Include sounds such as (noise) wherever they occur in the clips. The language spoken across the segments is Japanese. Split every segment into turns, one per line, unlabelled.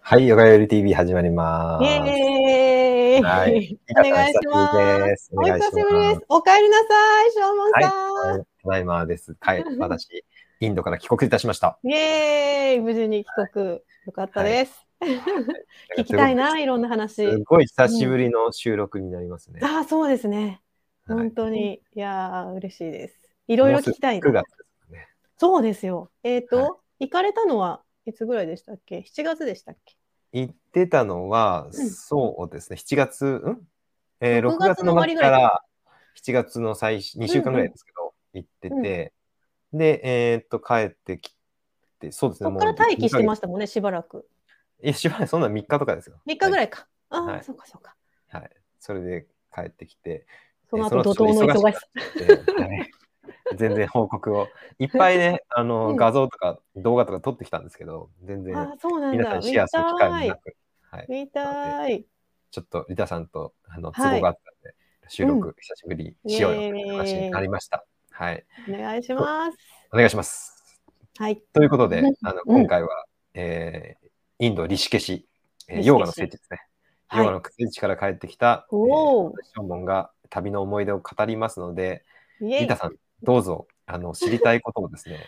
はい、ヨガヨリ TV 始まりま
イ
す。
エーイ、 (laughs)
はい
お願いしま
お久し
す
ぶりです。
お久しぶり
お願い
で
し
す。お帰りなさい、しょうもんさん。
ます。ただいまです。
(laughs)
はい、私、インドから帰国いたしました。
イエーイ無事に帰国。よかったです。聞きたいな、いろんな話。
すごい久しぶりの収録になりますね。
ああ、そうですね。
はい
本当に。い、やー、嬉しいです。いろいろ聞きたい
もうすぐ9
な。
月ですね。
そうですよ。えっ、と、
は
行かれたのはいつぐらいでしたっけ ?7 月でしたっけ
行ってたのは、
うん
そうですね、7月、うんえー、
6
?6
月
月
の終
の
わり
末
ぐら
か
い
ら7月の最初、2週間ぐらいですけど、行ってて、で、えーっと、帰ってきて、そうですね、
そこから待機してましたもんね、しばらく。
いや、しばらく、そんな3日とかですよ。
3日ぐ
い。
らいか。ああ、
はい
そうかそうか。
はい。それで帰ってき
(laughs)
て、
その
え
後、怒涛の忙しさ。
さ。はい全然報告を。いっぱい
(laughs)
ね、あ
う
の、
ん
画像とか動画とか撮ってきたんですけど、全然
ああ、そうなん
皆さ
だ。
んシェアする機会も
見
な
たい。
く、はい。
見たい。
ちょっとリタさんとあの都
はい
合があったんで、収録久しぶりにしようよ
イエ
と
ーイ
いう話になりました。はい。
お願いします。
お願いします。
はい。
ということで
うん、
あの、
うん
今回は、えーインド・リシケシ、えー
リシケシ
ヨーガの聖地ですね。ヨ
は
ー
い
ガの聖地から帰ってきた、えー
おー
ショーモンが旅の思い出を語りますので、
イエ
リ
イ
タさん、どうぞ、あの、知りたいことを
(laughs)
ですね、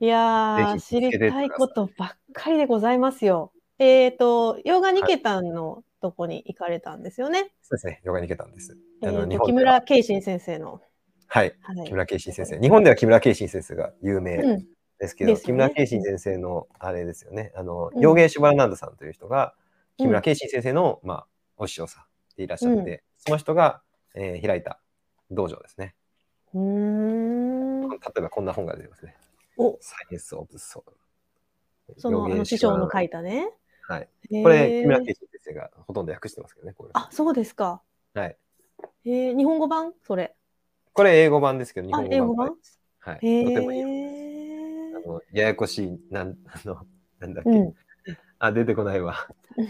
いやー、
ぜひ
知
見つ
り
けてくだ
た
さい
いことばっかりでございますよ。えっ、と、ヨガニケタンのとこに行かれたんですよね。
そうですね、ヨガに行けたんです。あ
え
の、
ー
日
と木
本では、
村慶心先生の。
はい、
は
木
い。
村慶心先生。日本では木村慶心先生が有名
うん、
ですけど、
です
木
よね
村慶心先生のあれですよね、あの、
うん
ヨーゲーシュバラナンダさんという人が、木
う
村
ん
慶心先生の、まあ、お師匠さんでいらっしゃって、
う
その人が、えー開いた道場ですね。
うーん
例。えばこんな本が出てますね。
お、
サイエンス・オブ・ソウル。
その、あの、師匠の書いたね。
はい。
へー
これ、木村慶心先生がほとんど訳してますけどね、これ。
あ、そうですか。
はい。
えー、日本語版それ。
これ、英語版ですけど、日
あ、
本
英語
語版
版
はい。と
へえ
てもいい。あの、ややこしい、なん、 (laughs) あの、なんだっけ。
うん。
あ、出てこないわ。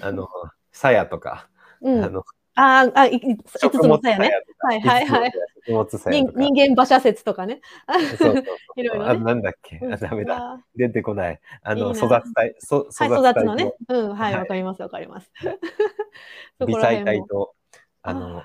あの、さやとか、
う
あ
ん。
の、
あーあ、いいついつのさやね。はい
い
はいはい。
食物さや
人
とか。
人間馬車説とかね。
そうそうそう
(laughs) いろいろね
あ、なんだっけ。あ、ダメだ。
だ。
出てこない。あ
い
の、
い
育
な
つ体、そ育つ
はい、
体
育つのね
と。
うん、はい、
はい
わかります、わかり
(laughs)
ます。そ
微
こら
細
辺
体
も。
と、あ
あ
の、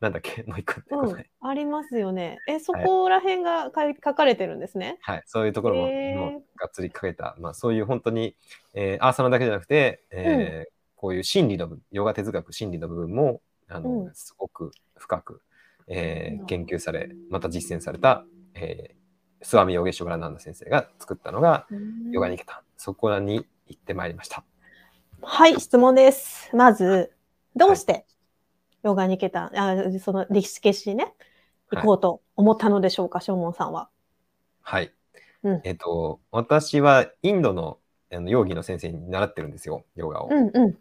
なんだっけ、 (laughs) もう一個出てこ
う
なんい。、
ありますよね。え、そこら辺がかい書かれてるんですね。
はい、そういうところも、
へー
もうがっつりかけた、まあ、そういう本当に、えー、アーサナだけじゃなくて、えーこういう心理の部分、ヨガ哲学心理の部分も、あの、
うん
すごく深く、え
う
ー、
ん
研究され、また実践された、えー、スワミ・ヨーゲショバラナンダ先生が作ったのが、ヨガに行けた。そこらに行ってまいりました。
はい、質問です。まず、どうしてヨガに行けた、あその歴史消しね、
は
行
い
こうと思ったのでしょうか、しょうもんさんは。
はい。
うん
えっ、と、私はインドのあのヨーギの先生に習ってるんですよ、ヨガを。
うんうん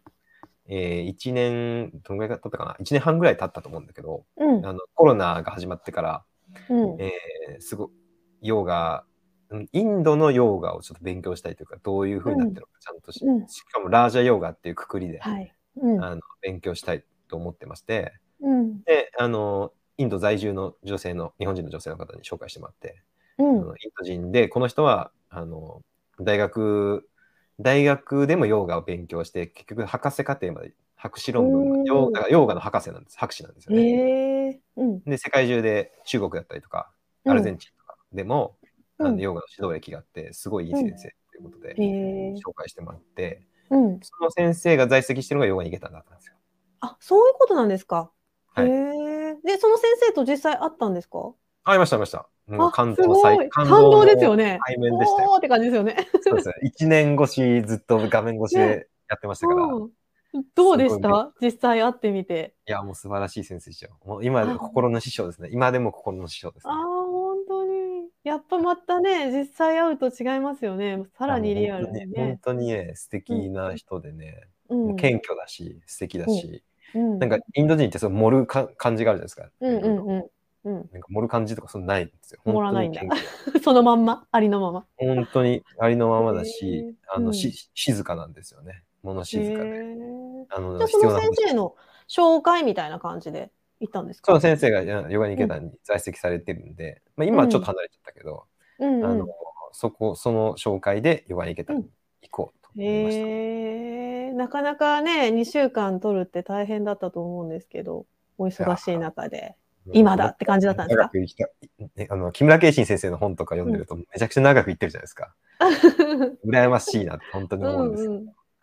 えー、1年、どのぐらい経ったかな ?1 年半ぐらい経ったと思うんだけど、
うん
あのコロナが始まってから、
うん
えーすごいヨーガうんインドのヨーガをちょっと勉強したいというかどういうふうになってるのかちゃんとし,、
うん
しかもラージャヨーガっていうくくりで、
はい。うん
あの勉強したいと思ってまして
うん
であのインド在住の女性の日本人の女性の方に紹介してもらって、
う
あ
ん
のインド人でこの人はあの大学大学でもヨーガを勉強して結局博士課程まで博士論文ま
おー
でヨーだからヨーガの博士なんです博士なんですよね。
へえうん
で世界中で中国だったりとか
うん
アルゼンチンとかでも、
うん
あのヨーガの指導歴があってすごいいい先生ということで、
へえ
紹介してもらって
うん
その先生が在籍してるのがヨガに行けたんだったんですよ。
あ、そういうことなんですか。
はい
へえ。で、その先生と実際会ったんですか。
ありましたありました。もう感動
すご
最
い感動ですよ
ね。
ね。
対面でしたよ
おーって感じですよね。
そうですね。1年越しずっと画面越しでやってましたから、い
うんどうでし
すご
た実際会ってみて。
やもう素晴らしい先生でしたよ。もう今
あ
心の師匠ですね。今でも心の師匠です、
あ
ね
あ、。本当に。やっぱまたね、実際会うと違いますよね。さらにリアルで
本当
ね。
に本当にね素敵な人でね、
う
もう謙虚だし素敵だし。
うん
なんかインド人ってその盛るか感じがあるじゃないですか。
うんう
いろいろ
んうんうん。 (laughs)
なんか盛る感じとかそんなないんですよ。
盛らないんだ
本当に謙虚
そのまんま、ありのまま。
本当にありのままだ
へ
し
ー、
あの、
うん
し静かなんですよね。物静か
へ
で。
ー
あの
じゃあその
な
先
こと
生の紹介みたいな感じで行ったんです
そ
か
の先生がやヨガニケタンに在籍されてるんで、まあ、今はちょっと離れちゃったけど、
うんうん
あのそこその紹介でヨガニケタンに行こうと思いました。
ええーなかなかね、2週間取るって大変だったと思うんですけど、お忙しい中で、今だって感じだったんです
長
か
く生きた、ね、あの木村慶信先生の本とか読んでると、めちゃくちゃ長くいってるじゃないですか。羨ましいなって本当に (laughs) 思うんです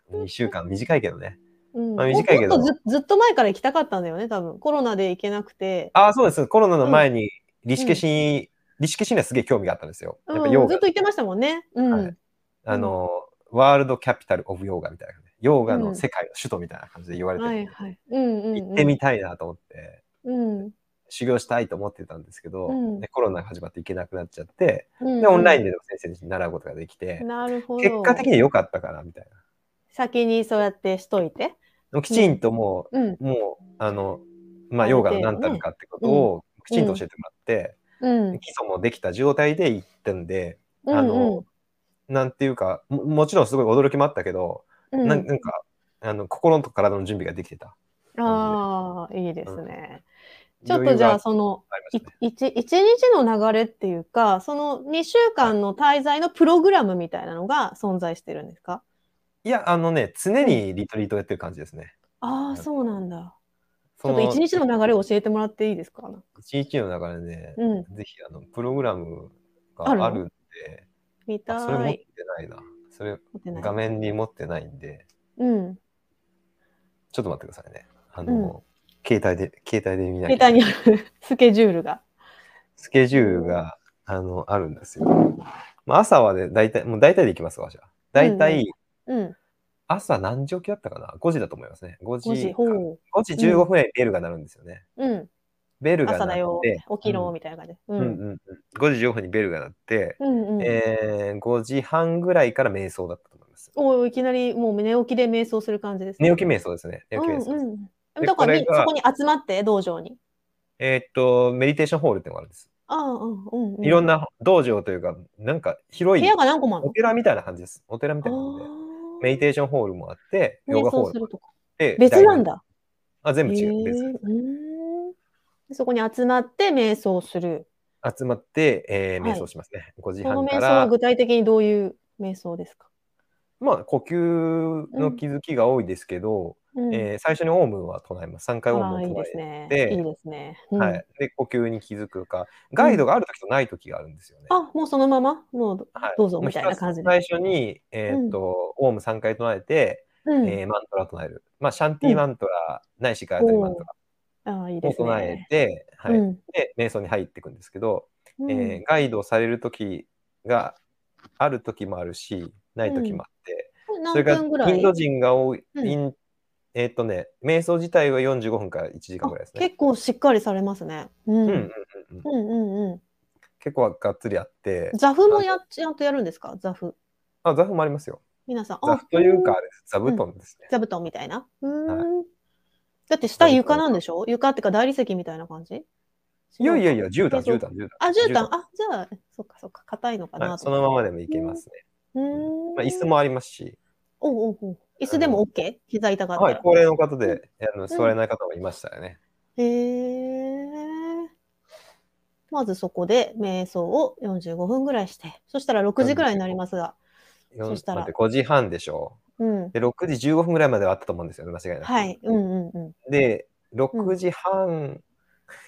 けど、2週間短いけどね。
うん
まあ短いけど
もっとずずっと前から行きたかったんだよね、多分。コロナで行けなくて。
ああ、そうです。コロナの前に、リシケシに、リシケシにはすげえ興味があったんですよ。やっぱヨ
う
ー
ん、ず
ガ
っと、行ってましたもんね。うん。
はいあの、ワールドキャピタル・オブ・ヨーガみたいな、ね、ヨーガの世界の首都みたいな感じで言われてるん
は
で、
いはい。うんうん、うん。
行ってみたいなと思って、
うん。
修行したいと思ってたんですけど、
うん
でコロナが始まって行けなくなっちゃって、
うん
で、オンラインででも先生に習うことができて、
なるほど。
結果的に良かったかな、みたいな。
先にそうやってしといて。
でもきちんともう、
うん。
もう、あの、まあ、
ある
ヨー
程
ガ
度
の
ね
何たるかってことをきちんと教えてもらって、
うん。
基礎もできた状態で行ったんで、
うん
あの、なんていうかも、もちろんすごい驚きもあったけど、
うん
なんなんか、あの、心と体の準備ができてた。
ああ、いいですね。
うん
ちょっとじ
余裕
ゃ
が
あ、その、
ありま
い
したね
一一日の流れっていうか、その2週間の滞在のプログラムみたいなのが存在してるんですか
いや、あのね、常にリトリートやってる感じですね。
あ
ん
あ、そうなんだ。ち
そ
ょっ
の
と一日の流れを教えてもらっていいですか
一日の流れで、
うん。
ぜひ、あの、プログラム
あるの
があるんで、
見た
あそれ持っ
い
て。ないな。それ、
持ってない
画面に持ってないんで、
うん。
ちょっと待ってくださいね。あの、携帯で、携帯で見ない
携帯にある (laughs) スケジュールが。
スケジュールが、あの、あるんですよ。まあ、朝はね、大体、もう大体で行きますわ、じゃあ。大体、
うんうんうん。
朝何時起きだったかな ?5 時だと思いますね。5時
5時、ほう。
5時15分ぐらいにベルが鳴るんですよね。
うん。
ベルが
朝だ
鳴っ
よ
て、。
起きろ、みたいな感じ。う
うんうん
ん。
うん、5時15分にベルが鳴って、
うんうん。
えー5時半ぐらいから瞑想だったと思います。
おーいきなりもう寝起きで瞑想する感じですね。
寝起き瞑想ですね。寝起き瞑想です
うんうん
で
だからみ
これが
そこに集まって道場に。
えーっと、メディテーションホールってのがあるんです。
ああ、うんうんうん。
いろんな道場というか、なんか広
部
い
屋が何個もある
お
の
寺みたいな感じです。お寺みたいな感じで。メディテーションホールもあって、
あー
ヨガ
瞑
ホ
想
ー
す
ルも
るとか。
あって。
別なんだ。
あ、全部
へ
違う。
ー
別。
うーんそこに集まって瞑想する。
集まって、えー
はい
瞑想しますね。5時
この
半
瞑
か
想は
ら、
具体的にどういう瞑想ですか、
まあ、呼吸の気づきが多いですけど、
うん
えー最初にオウムは唱えます。3回オウム
ああいい
を唱
ですね
え。て
いいですね。う
え、
ん
はい、で呼吸に気づくか、ガイドがある時とない時があるんですよね。
あもうそのままもう
はい
どうぞ
もう
み
ひ
たい
た
な
すら
感じで。
最初に、えーっとオウム3回唱えて、
うん
えーマントラ唱える。まあ、シャンティマントラ、ないしガイトリマント
ああい
ラ
いで
を
す
唱え
ね。
て、はい
うん
で瞑想に入っていくんですけど、
うん
えーガイドされる時がある時もあるし、ない時もあって、そ
何
れ
分ぐ
が
ら
イ
い
ンド人が多い、
うん
インえーっとね、瞑想自体は45分から1時間ぐらいです
あ
ね。
結構しっかりされますね。う
うんんうんうんうん、
うんうんう
結構がっつりあって
ん。、座布もやっちゃんとやるんですか座布。
あ、座布もありますよ。
皆さん。
座
あ
布というか、あれです座布団ですね。
座布団みたいな。うーん
は
だって下床なんでしょ床ってか大理石みたいな感じ
いやいやい
や。
や、絨毯、絨毯、絨毯。
あ、絨
絨
毯。あ、じゃあ、そっかそっか、硬いのか
は、
ないと。
そのままでもいけますね。
うーん。
まあ、椅子もありますし、
おうおうおう椅子でも OK? 膝痛かった
はい、
ら。
高齢の方で、あの座れない方もいましたよね。
へーまずそこで瞑想を45分ぐらいして、そしたら6時ぐらいになりますが、
四
そしたら
待って5時半でしょ
うん
う。。で、6時15分ぐらいまではあったと思うんですよね、間違いなく。
はい、うんうんうん。
で、6時半、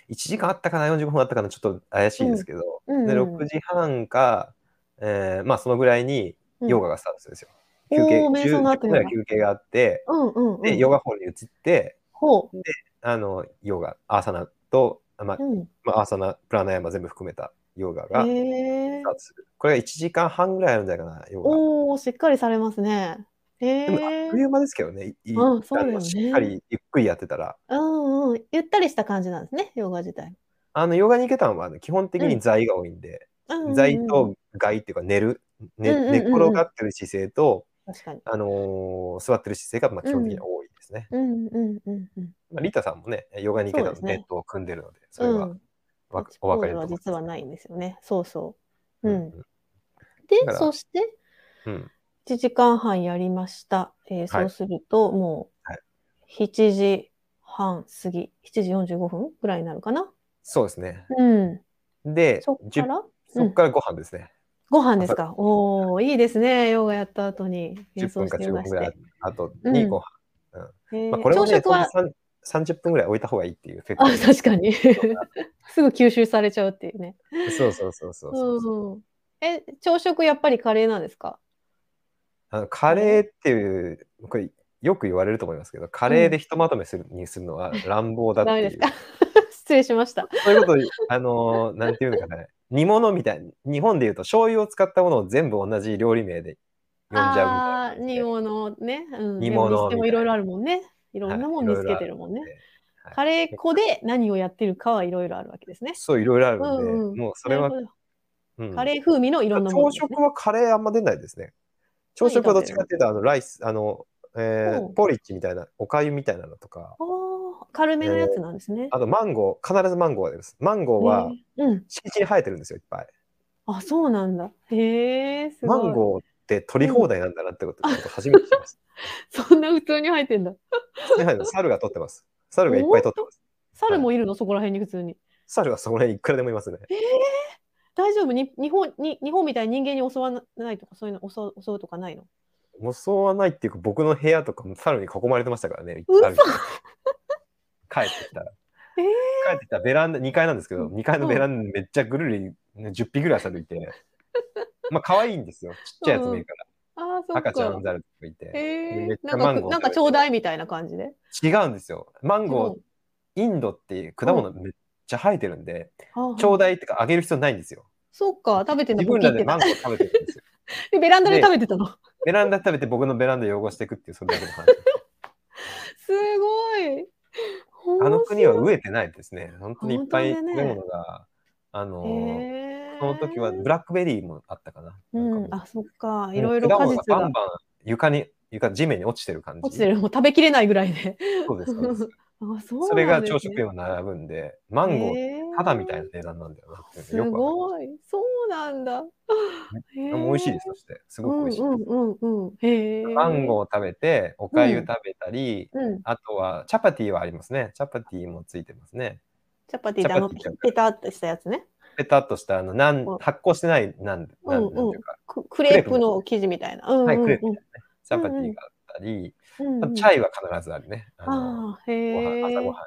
一1時間あったかな、45分あったかな、ちょっと怪しいですけど、
うんうん
で6時半か、えーまあ、そのぐらいにヨガがスタートするんですよ。
うん
休憩、
おー瞑想の
10
後
分
に
ぐらい休憩があって、
うんうんうん。
で、ヨガホールに移って、
ほう。
あの、ヨガ、アーサナと、まあ、
うん。
まあ、アーサナ、プラナヤマ全部含めたヨガが
へえ
スター。トする。これが1時間半ぐらいあるんじゃないかな、ヨガ。
おお、しっかりされますね。へ
でも、あ
え
っと。いう間ですけどね。いい
うんそうだよね
あのしっかりゆっくりやってたら。
うんうん。ゆったりした感じなんですね、ヨガ自体。
あの、ヨガに行けたのは、あの基本的
う
に
ん
座位が多いんで、
うんうんうん
座位と外っていうか寝る、ね
うんうんうんうん
寝っ転がってる姿勢と、
確かに。
あのー座ってる姿勢がまあ基本的には多いですね。
うんうんうんうん。
まあ、リタさんもね、ヨガに行けた
そ
の
うですね
ネットを組んでるので、それは
うん
わ、お
ポ
分かりだと思
ーズは
います
実はないんですよね。そうそう。
う
うんん。
うんだか
で、
ら
そして、
うん
1時間半やりました。えー
はい
そうすると、も、
はいう
7時半過ぎ、7時45分ぐらいになるかな。
そうですね。
うん。
で、
そっか
10
ら
そっからご飯ですね。
ご飯ですか。おお、いいですね。ヨガやった後に
10
瞑想
分
し
か
て
15
ヨガ
分
し
ぐらい
て。
あと
うん
にご飯、
へー
まあ、これも、
朝
ね、
食は、
そんな30分ぐらい置いた方がいいっていう説
あ、確
(laughs)
かに。すぐ吸収されちゃうっていうね。
そうそうそうそうそう、
うんうん。え、朝食やっぱりカレーなんですか。
あのカレーっていうこれよく言われると思いますけどカレーでひとまとめするにするのは乱暴だって
ダメ
い
で
う
すか。 (laughs) 失礼しました。
そういうことに、あのーなんていうのかな、煮物みたい、日本でいうと醤油を使ったものを全部同じ料理名で呼んじゃ
あ
うみ
ー
たい
煮
な。
物ね。うん、
煮物
でもにしても
みたい
い
な
ろいろあるもんね。いろんなもん
はい
見つけてるもんね。
いろいろあるんではい
カレー粉で何をやってるかはいろいろあるわけですね。
そう、いろいろあるんで、
うんうん
もうそれは、
なるほ
う
ど
ん
カレー風味のいろんなもの、
朝食はカレーあんま出ないですね。朝食はどっちかっていうと、あの、ライス、あの、えー
うん
ポリッチみたいな、おかゆみたいなのとか、
おー軽めのやつなんですね。
あとマンゴー、必ずマンゴーです。マンゴーは
へーうん。
敷地に生えてるんですよ、いっぱい。
あ、そうなんだ。へえ、すご
マ
い。
ンゴーって取り放題なんだなってこと、ちょっと初めて知りま
(laughs)
した。
そんな普通に入ってんだ。
ではい猿が取ってます。猿がいっぱい取ってます。
猿もいるの、そこら辺に普通に。
猿はそこら辺いくらでもいますね。
大丈夫に日本に日本みたいに人間に襲わないとかそういうの襲う襲うとかないの
もうそうはないっていうか、僕の部屋とかも猿に囲まれてましたからね。
嘘
ある日帰ってきたら。
え
帰ってきたらベランダ、2階なんですけど、
うん
2階のベランダにめっちゃぐるり10匹ぐらい猿いて、まあ可愛いんですよ。ちっちゃいやつもいるか
あーそ
ら、
っか
赤ちゃん猿とかいて。
へ
めっ
え
ちゃ
なん
マ
か
ンゴ
く
ー
なんかちょうだいみたいな感じで
違うんですよ。マンゴー、インドって果物めっちゃ生えてるんで、
うん
ちょう
い
だいってかあげる必要ないんですよ。
そっか食べてんだ
自分
ポキ
ら
っ
で
て
マン
な
ゴー食べてるんですよ。
えベランダで食べてたの
ベランダで食べて僕のベランダ汚していくっていう、それだけの話。
すごい
あの国は
面
飢えてないですね。本当にいっぱい
本
食
当だね
べ物が、あの
白い
ー、
へえ
その時はブラックベリーもあったかな。
う
なん
ん
かも
あそっか
う
いろいろ
果
果
物
実
がバ
が
ンバン床に、床、地面に落ちてる感じ。
落ちてるもう食べきれないぐらいで
そうですそう
(laughs)
です。
あそう
それ
な
が
んです
朝
ね
食にも並ぶんで、マンゴー、
へー
ただみたいな値段なんだよなっていう
す
のがよくわか
ごいそうなんだ
ります
へー
でも美味しいです、そして。すごく美味しい。
うんうんうんうん。へえ。
マンゴー食べて、おかゆ食べたり、
うん。
あとは、チャパティはありますね。チャパティもついてますね。
チャパティってあの
チャパティ
ペタっとしたやつね。
ペタっとした、あの、なん
うん
発酵してない、なん、な
うんうんん
なんていうか、
ククレープの生地みたいな。うんうんうん。
はいクレープチャパティがあったり、
うん
あ
う
と
ん
チャイは必ずあるね。あの
ああ、へ
ご飯朝ご
え。
はんには。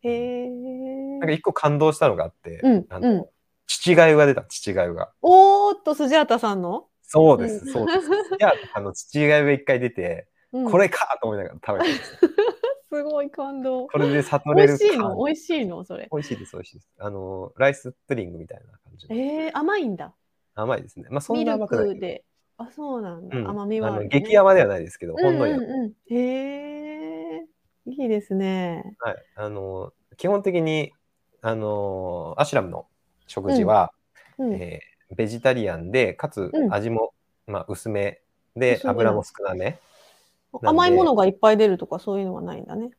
へえ。
なんか一個感動したのがあって、
うん
あ
うん
の、父がいが出た、父がいが。
おーっと、スジャータさんの、
そうです、
うん
そうです。いや、あの、父がいが一回出て、
うん、
これかと思いながら食べてます。
すごい感動。
これで悟れ
美
る
味
か
し。いの美味しいのそれ。
美味しいです、美味しいです。あの、ライスプリングみたいな感じの。
ええ甘いんだ。
甘いですね。まあ、そん
ミ
な
ル
甘くない
ク
けど。
で。あ、そうなんだ。
うん
甘みは
あ
あ
の
る、ね。
激甘ではないですけど、ほんのり
うん
な
うんうん。へえ。いいですね。
はい、あの基本的にあのアシュラムの食事は、
うん。
えーベジタリアンでかつ
うん
味も、まあ、薄めで
薄め
油も少なめんで
甘いものがいっぱい出るとかそういうのはないんだね。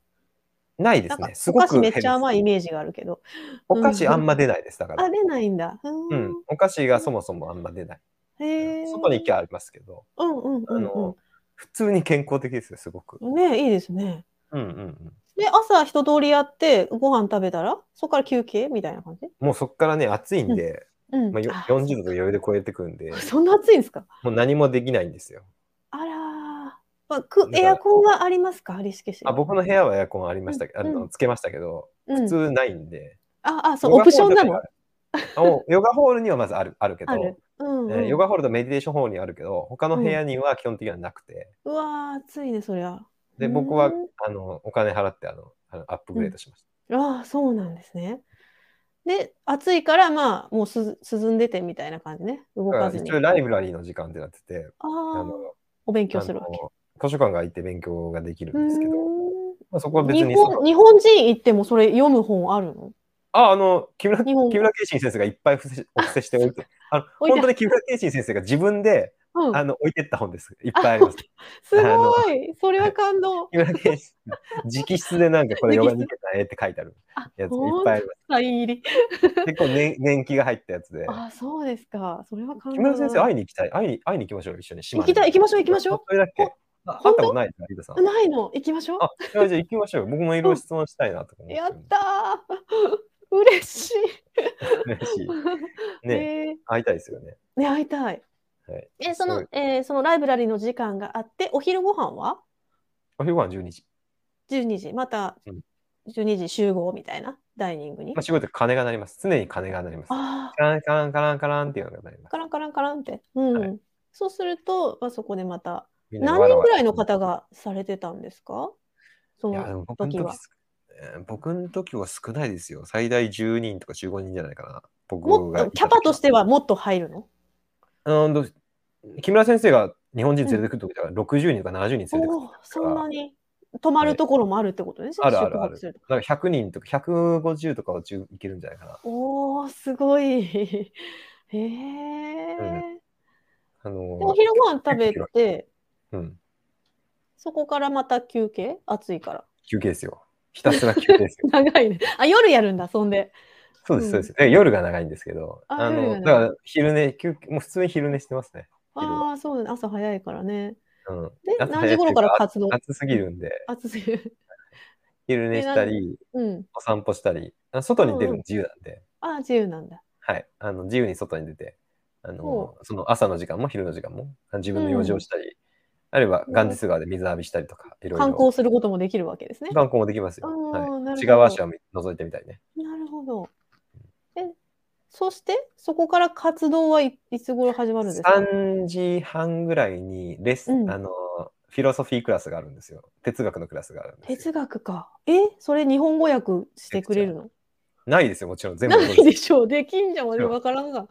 ないで
なん
す
か
ねす
お
ご
菓子
く
めっ
ヘル
ち
シー
ゃ甘いイメージがあるけど。
お菓子あんま出ないですだから、
あ、出ないんだ。う
うん
ん。
お菓子がそもそもあんま出ない、
へえ。
外に行きゃありますけど
うんうん
あ
う
の
ん、
普通に健康的ですよすごく、
うん。ねいいですね。
うんうんうん、
で、朝一通りやってご飯食べたら、そこから休憩みたいな感じ
もうそこからね暑いんで、
うん。
まあよ、
あ
40度と余裕で超えてくるんで
そんな暑いんですか
もう何もできないんですよ
あらー、まあ
だ。
く
から
エアコンはありますかリシケシは
あ僕の部屋はエアコンありましたけど、
うん
あのつけましたけど、
う
普
ん、
通ないんで、
あ、あ、そう、
ヨ
オ
ガ
プションな
ホー
の
ルとかにはあるあおヨガホールにはまずあるあるけど
ある。うん、うん
えーヨガホールとメディテーションホールにはあるけど他の部屋には基本的にはなくて、
うわー、暑いね、そりゃ。
で僕は
うん
あのお金払ってあのあのアップグレードしまし
ああ、そうなんですね。で、暑いから、まあ、もうす涼んでてみたいな感じね。動
た、だか
かず
ら
に。
一応ライブラリーの時間ってなってて
あ
あの
あ、お勉強するわけ。
あの図書館が行って勉強ができる
うん
ですけど、
ーん
まあ、そこは別
日
にその
本日本人行ってもそれ読む本あるの
ああの木村
日
木
本
村圭心先生がいっぱい伏せお布施しておいてあの
(laughs) 置いて
本当に木村圭心先生が自分で
うん、
あの置いてった本ですいっぱいあ
(laughs)
ります
すごいそれは感動
木村圭司直筆でなんかこれ
直
ヨガ
筆
に行けた絵って書いてある
あ
やついっ
ほん
ぱい
と
ありま
サイン入り
す。結構年年季が入ったやつで。
あそうですかそれは感動
木村先生
だ
会いに行きたい。会いに会いに行きましょうよ、一緒に。島
行
に
きたい行きましょう行きましょう
それだっけ
ほ
あ会
ほ
っ
ん
た
と
ことないです、有田さん。あ、
ないの行きましょう
じゃあ行きましょうよ。僕もいろいろ質問したいなとか思って
や
る
ったー (laughs) 嬉し
嬉しい。
い。
ね、
え
会いたいですよね。
ーね会いたい。
はい
えそ
そ
の
う
えーそのライブラリーの時間があってお昼ご飯は
お昼ご飯12時。
12時また
うん
12時集合みたいなダイニングに
まあ、。仕事鐘が鳴ります。常に鐘が鳴ります。
あ
カランカランカランカランっていうのが鳴りま
あ
す
カ。ランカランカランって。うん
はい
そうすると、まあ、そこでまた
みんなで
何
わら
人
わ
ぐ
ら
らいの方がされてたんですかそ
いや、で
の
も僕の
時
時
は。
すえー僕の時は少ないですよ。最大10人とか15人じゃないかな。
も
僕
っ
が
とキャパとして
は。
はもっと入るの
うんどうし木村先生が日本人連れてくる時だから60人とか70人連れてくる
お
時
お、そんなに泊まるところもあるってことですね。
あるあるある
宿泊すと。
だから100人とか150とかは10いけるんじゃないかな。
おお、すごい。 (laughs) へえ、
あの
でお昼ご飯食べて、
うん、
そこからまた休憩暑いから。
休憩ですよ。ひたすら休憩です
(laughs)
よ。
長いね。あ、夜やるんだ、そんで。
そうです、そうです。で夜が長いんですけど、
あ
あのだ
夜が長い
から昼寝、休憩もう普通に昼寝してますね。昼は
ああ、そうだね。朝早いからね。
うん、
で、
朝
何時頃から
早いっていう
活動
暑すぎるんで、
暑すぎる。
昼寝したり、
(laughs) うん。
お散歩したり、あ外に出るの自由なんで、
ああ、自由なんだ。
はい、あの自由に外に出てあの
ほ、
その朝の時間も昼の時間もあ自分の用事をしたり、あるいはガンジス川で水浴びしたりとか、いろいろ
観光することもできるわけですね。
観光もできますよ。
あーな
は
る
い、
ほ
違
ど
う足を覗いてみたいね。
なるほど。え、そして、そこから活動はい、いつ頃始まるんですか
3時半ぐらいにレッスン、
うん
あのフィロソフィークラスがあるんですよ。哲学のクラスがあるんですよ
哲学か。え、それ日本語訳してくれるの
ないですよ、もちろん。全部
な
英語
い
で。
ですしょう。できんじゃん、俺わからんが。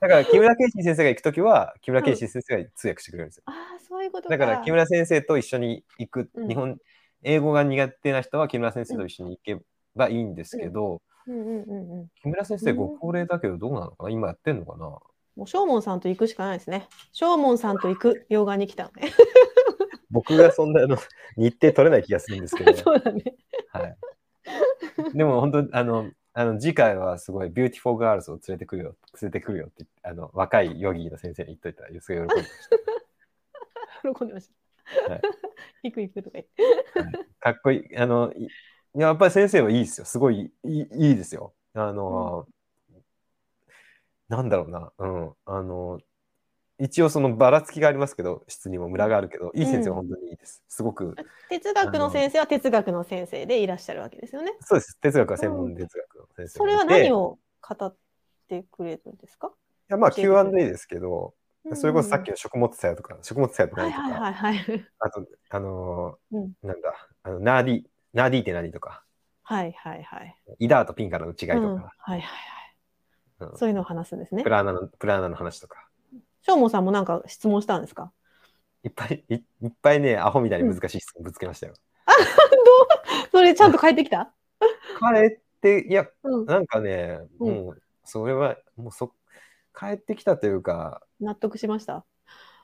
だから木村圭司先生が行くときは、木村圭司先生が通訳してくれるんですよ。
ああ、そういうことか。
だから木村先生と一緒に行く、
うん
日本英語が苦手な人は木村先生と一緒に行けばいいんですけど、
うんうんうんうん。
木村先生
うん
ご高齢だけどどうなのかな今やってんのかな
もう、正門さんと行くしかないですね。正門さんと行く、洋画に来たのね。
僕がそんなあの日程取れない気がするんですけど、
(laughs) そうだね。
はい、でも本当あのあの次回はすごいビューティフォーガールズを連れてくるよ連れてくるよって言ってあの若いヨギーの先生に言っといたらすごい喜んでまし
(laughs) 喜んでました。
はい
(laughs) 行く行くとか言って。
たかっこいいあのいいややっぱり先生はいいですよすごいいいいいですよあの、なんだろうなうんあの一応そのばらつきがありますけど質にもムラがあるけどいい先生は本当にいいです、すごく
哲学の先生は哲学の先生でいらっしゃるわけですよね。
そうです。哲学は専門哲学の先生
それは何を語ってくれるんですか
いやまあ
教えてくれ
Q&A
る
ですけど、それこそさっきの食物作用とか、食物作用と
うんう
か
ん
と
うん
か、
はいはいはいはい。
あと、あのー
うん
なんだ、あのナーディ、ナーディって何とか、
はいはいはい。
イダーとピンからの違いと
うんはい
か、
はいはい。
うん
そういうのを話すんですね
プ。ラーナの、プラーナの話とか、
しょうもさんもなんか質問したんですか
いっぱい、いいっぱいね、アホみたいに難しい質問ぶつけましたよ。
それちゃんと返ってきた
彼って、いや、
うん。
なんかね、
うん
もう、それは、もうそ、帰ってきたというか、
納得しました。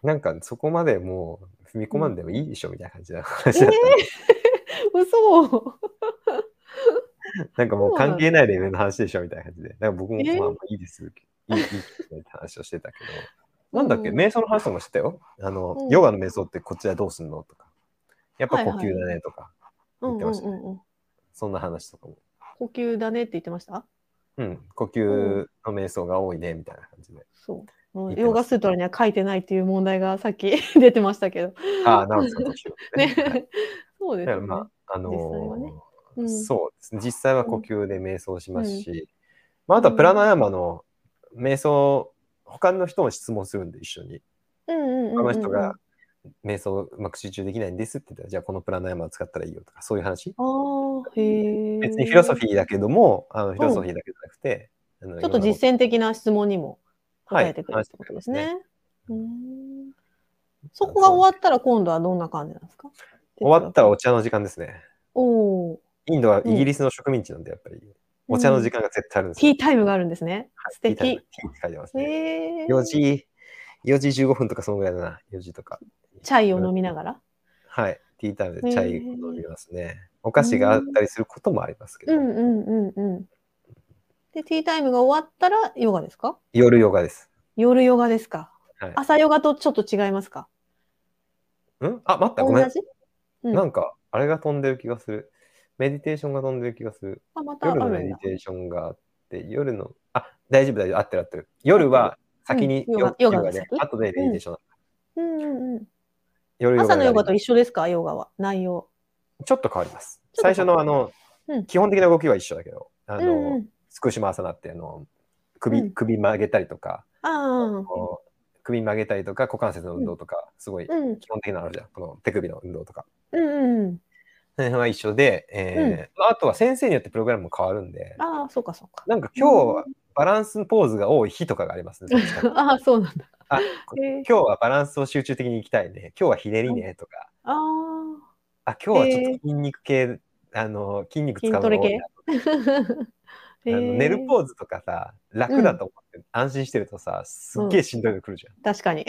なんかそこまでもう踏み込まんでもいいでしょみたいな感じな
え
話
ー
だった、、
(laughs) 嘘
なんかもう
そうなんだ
関係ないレベルの話でしょみたいな感じで。だから僕も、
えー
まあまあいいです。いい、いいですねって話をしてたけ
(laughs)
ど。なんだっけ、
うん
瞑想の話もしてたよ。あの、
うん
ヨガの瞑想ってこっちはどうすんのとか。やっぱ呼
はいはい
吸だねとか、
うん
言
う
っ
ん
て
う
ましたね
んうん。
そんな話とかも。
呼吸だねって言ってました
うん、呼吸の瞑想が多いねみたいな感
(laughs)
じで。
そう。も
言ってま
う
した
ヨガスートラには書いてないっていう問題がさっき (laughs) 出てましたけど。
ああ、なるほど、呼吸ね。はい
ね。 (laughs) そうで
だから
すよね。
まあ、あの
実際はね
ー
うん
そうですね。実際は呼吸で瞑想しますし、まあ、あとはプラナヤマの瞑想、他の人も質問するんで一緒に。
うんうんうんうんうん
この人が瞑想うまく集中できないんですって言ったら、じゃあこのプラナヤマを使ったらいいよとか、そういう話。
あーへえ。
別にフィロソフィーだけども、あのフィロソフィーだけじゃなくて、あの
ちょっと
いろんなこ
実践的な質問にも答えてくれ
は
る
い
ってことですね。
話
うーんそこが終わったら今度はどんな感じなんですか
と終わったらお
お
茶の時間ですね。
おー
インドはイギリスの植民地なんで、やっぱり、お茶の時間が絶対あるんです
テ
よ。
ィータイムがあるんですね。素
ティータイム
敵。
ティーって書いてますね。
え
4時、4時15分とかそのぐらいだな、4時とか。
チャイを飲みながら。
はい、ティータイムでチャイを飲みますね。お菓子があったりすることもありますけ
う
ど、
んうんうんうん。で、ティータイムが終わったらヨガですか
夜ヨガです。
夜ヨガですか、
はい
朝ヨガとちょっと違いますか
んあ、待った、
同
ごめん。
じうん
なんか、あれが飛んでる気がする。メディテーションが飛んでる気がする。
あ、またあ
夜のメ
るん
ディ
だ。
テーションがあって、夜の、あ、大丈夫、大丈夫、合ってる合ってる。夜は先に
うんヨガヨガが
ね
先、
あとでメディテーション。
うんうんうん
夜ヨガ
朝のヨガと
が
一緒ですか、ヨガは。内容。
ちょっと変わります。
ちょっ
最
と
初
変わ
の
る
あの、
うん
基本的な動きは一緒だけど、あ
う
の、
んうん。
福島朝なってあの
う
首
ん
首曲げたりとか、
ああ。
こう首曲げたりとか股関節の運動とか、すごい
うん
基本的なのあるじゃんこの手首の運動とか
うんうん。
その辺は一緒で、えーまあ、あとは先生によってプログラムも変わるんで
ああ、そうかそうか。
なんか今日はバランスポーズが多い日とかがありますねどっちか
ああ、そうなんだ。
あ
へえ
今日はバランスを集中的にいきたいね今日はひねりねとか
ああ。
あ今日はちょっと筋肉系、あの筋肉使うのが多いな
筋
(laughs) あの寝る
ー
ポーズとかさ楽だと思って、安心してるとさすっげえしんどいのくるじゃん
確かに。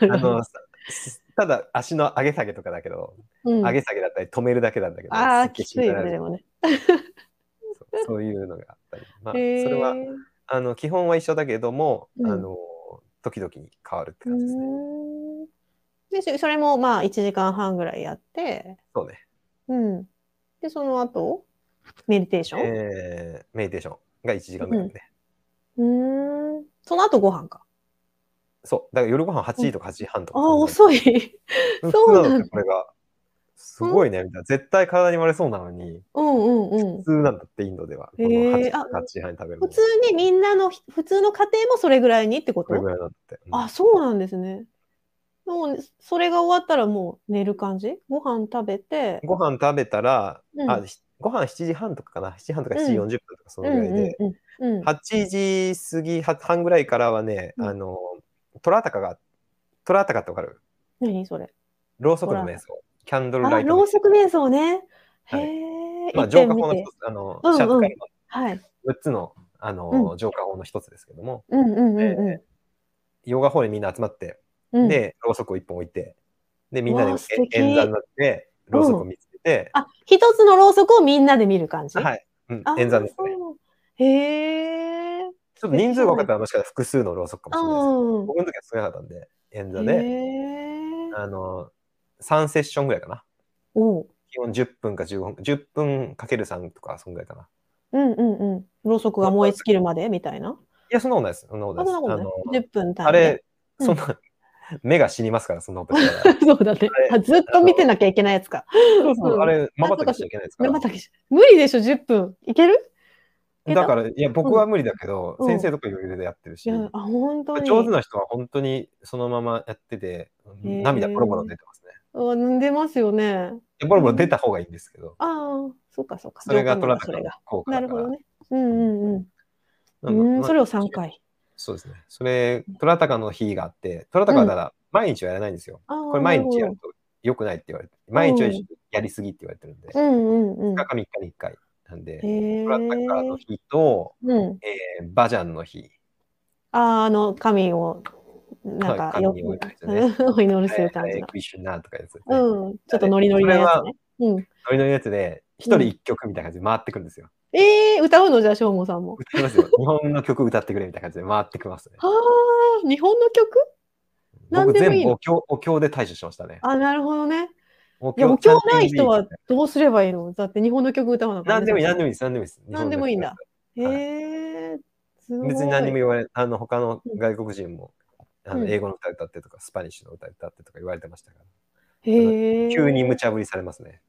あの、さすただ足の上げ下げとかだけど、
うん
上げ下げだったり止めるだけなんだけど、
あ
す
あ、
っげえ
き
心
つい
配
よ
にな
ね、
る
でもね。
そうそういうのがあったり、まあ、そ
へえ
れはあの基本は一緒だけども、
うん
あの時々に変わるって
う
感じですね。
ーんでそそれもまあ1時間半ぐらいやって、
そうね、
うん、でその後メディテーション、
えーメディテーションが1時間ぐらいね。
うーんその後ご飯か
そう、だから夜ご飯8時とか8時半と
あ
か。
あ遅い (laughs)
普通
そ
な
うなんだ
のってこれが。すごいね、みたいな。絶対体に悪そうなのに、
うんうんう
普
ん
通なんだって、インドでは。この
へえ
8時
あ
8時半に食べる
普
の。
通にみんなの普通の家庭もそれぐらいにってこ
これぐ
と
らいなんだって。うん
あそうなんですねもうそれが終わったらもう寝る感じご飯食べて、
ご飯食べたら、
うん
あひご飯7時半とかかな7時半とか7時40分とかその
う
ぐ
ん
らいで、
うんうんうん、
8時過ぎは半ぐらいからはね、
うん
あのトラタカがトラタカってわかる
何それ
ろうそくの瞑想キャンドルラ
あ
イト
ろうそく瞑想ねへ
はい
え、
まあ、
一
浄
点
化
見
法の
て
一つあの、
うんうん
シャッカリ
はい
の6つのあの、
う
浄化法の一つですけども
うんうんうんうん、
ヨガホールにみんな集まって、
うん
でろうそくを一本置いてでみんなで
わあ素敵
え円座になってろうそくを見つけて、
あ、一つのろうそくをみんなで見る感じ。
はい、うん
あ、
円座ですね
そう。へえ。
ちょっと人数が多かったらもしかしたら複数のろうそくかもしれないですけど
うん。
僕の時は少なかったんで、演座
へ
で、
え。
あの、3セッションぐらいかな。
おう。
基本10分か15分、10分かける3とか、そんぐらいかな。い
うんうんうん。ろうそくが燃え尽きるまでみたいな。
や、そんなことないです。そんなこと
あ、
ないで
そんな
す。あ
こ
の
と、ね。10分単
あ
位で。
れ、
うん
そんな、 (laughs) 目が死にますから、そんなことした
(laughs)
ら
そうだね。
あ
あ、ずっと見てなきゃいけないやつか。
そうそう、
うん
あれ、まばたきしちゃいけないですか
目
ら。
またきし無理でしょ、10分。いけるけど
だから、いや、僕は無理だけど、
うん
先生とか余裕でやってる
い
し、
や、あ、本当に。
上手な人は本当にそのままやってて、
へー
涙ボロボロ出てますね。
うん飲んでますよね。
いやボロボロ出た方がいいんですけど、
ああ、そうかそうか。
それが
浄
ト
化
ラタカ
のそれ
の
が。
効果
な
だ
る
か
ほ
ら
ど。ね。うんうんうん。うん、それを3回。
そうですね。それ、トラタカの日があって、トラタカはだから毎日はやらないんですよ。
こ
これ毎日やると良くないって言われて、毎日はやりすぎって言われてるんで、
うんうんう
2
ん。
日か3日に1回なんで、
へ
トラタカの日と、
うん、
えーバジャンの日、
あーあの神をなん
は
か
い
よ
神を祈る
く、お祈りする感
え
じ
ー
の、
クリシュナーとかですよね。
うん、ちょっとノリノリのやつね。うん、
ノリノリのやつで、1人1曲みたいな感じで回ってくるんですよ。
えー、歌うのじゃあしょうもさんも。
歌い
(laughs)
ますよ。日本の曲歌ってくれみたいな感じで回ってきますね。
ああ日本の曲なん
僕
でもいい
全部
の
お経お経で対処しましたね。
あなるほどね。
お
いやお経ない
ちゃん
人
と
はどうすればいいのだって日本の曲歌わなか
何でもいい、何
い
でもいいです、何でもいいです。
何でもいいんだ。へ
もいい
えー、すごい。
別に何にも言われあの他の外国人も、あ
う
の
ん
英語の歌歌ってとか、スパニッシュの歌歌ってとか言われてましたから、
へー
急に無茶ぶりされます
(laughs)
ね。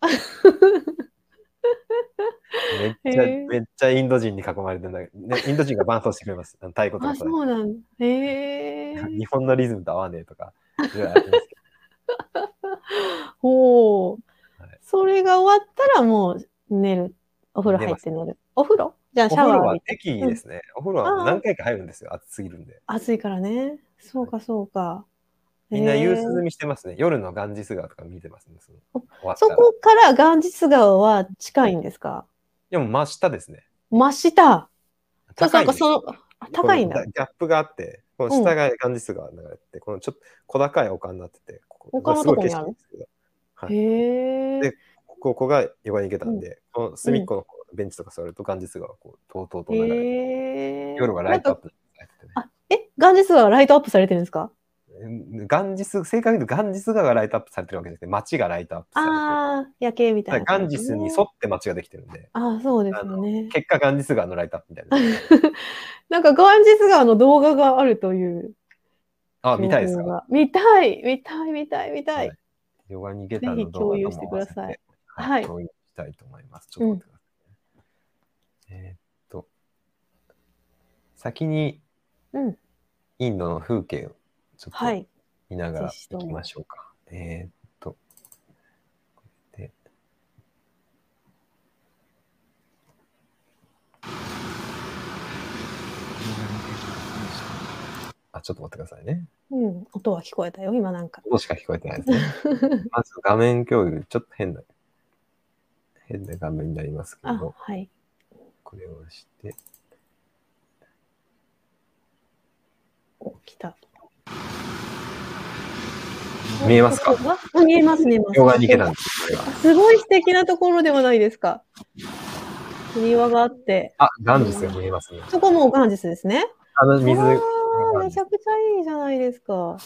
めっちゃ、
へー
めっちゃインド人に囲まれてんだけど、ね、インド人が伴奏してくれます。あの太鼓とか
あ
さ
そうなんだ。へえー
日、本のリズムと合わねえとか、いろいろやってますけ
ほう。
はい
それが終わったらもう寝る。お風呂入って寝る。お風呂じゃあ
ど
(laughs) シ
お
ャ
風呂
ワー浴
は
びて。
適宜ですね。お風呂は何回か入るんですよ、暑すぎるんで。
暑いからね。そうかそうか。
みんな夕
へー
涼みしてますね。夜のガンジス川とか見てますね。その終わった
そ
ら
こからガンジス川は近いんですか
でも真下ですね。
真下。そう
高
ないん
んで
か
す
その、あ高いん
この
だ。
ギャップがあって、この下がガンジス川流れて、てこのちょっと小高い丘になってて、ここ
丘のとこにある
これすごい景色なんですけど
へ
はい
え。
でこここが横に行けたんで、この隅っこの方のベンチとか座るとガンジス川がこうとうとうと流れて、
へえ。
夜はライトアップ
プ。
されててね
あえガンジス川ライトアップされてるんですか
うんガンジス、正確に言うとガンジス川がライトアップされてるわけですね。街がライトアップされてる。
ああ、夜景みたい
だ
な
からガ
感
ン
じ
ジ
です
ス
ね、
に沿って街ができてるんで、
ああ、そうですよね。
結果ガンジス川のライトアップみたいな。
(laughs) なんかガンジス川の動画があるという
あ、
情報が。
見たいですか
見たい、見たい、見たい、見たい。
はいヨガに行けたら
ぜひ共有してくださいは
はいい。共有したいと思います。ちょっと待ってくださいね。えーっと、先に
うん、
インドの風景をちょっ
は
と
い。
見ながら
ぜひと
行
も
きましょうか。えーっと、これであ、ちょっと待ってくださいね。
うん、音は聞こえたよ、今なんか。
音しか聞こえてないですね。
(laughs)
まず画面共有、ちょっと変な、変な画面になりますけ
あ
ど、、
はい。
これを押して、
お、来た。
見えますか
音があ見えます、見えます。
ヨガに行けたんです、これが。
すごい素敵なところではないですか。お庭があって。
あ、ガンジスが見えますね。
そこもガンジスですね。
あの水、
わあ
ガン
め
ジ
ち
ス
ゃくちゃいいじゃないですか。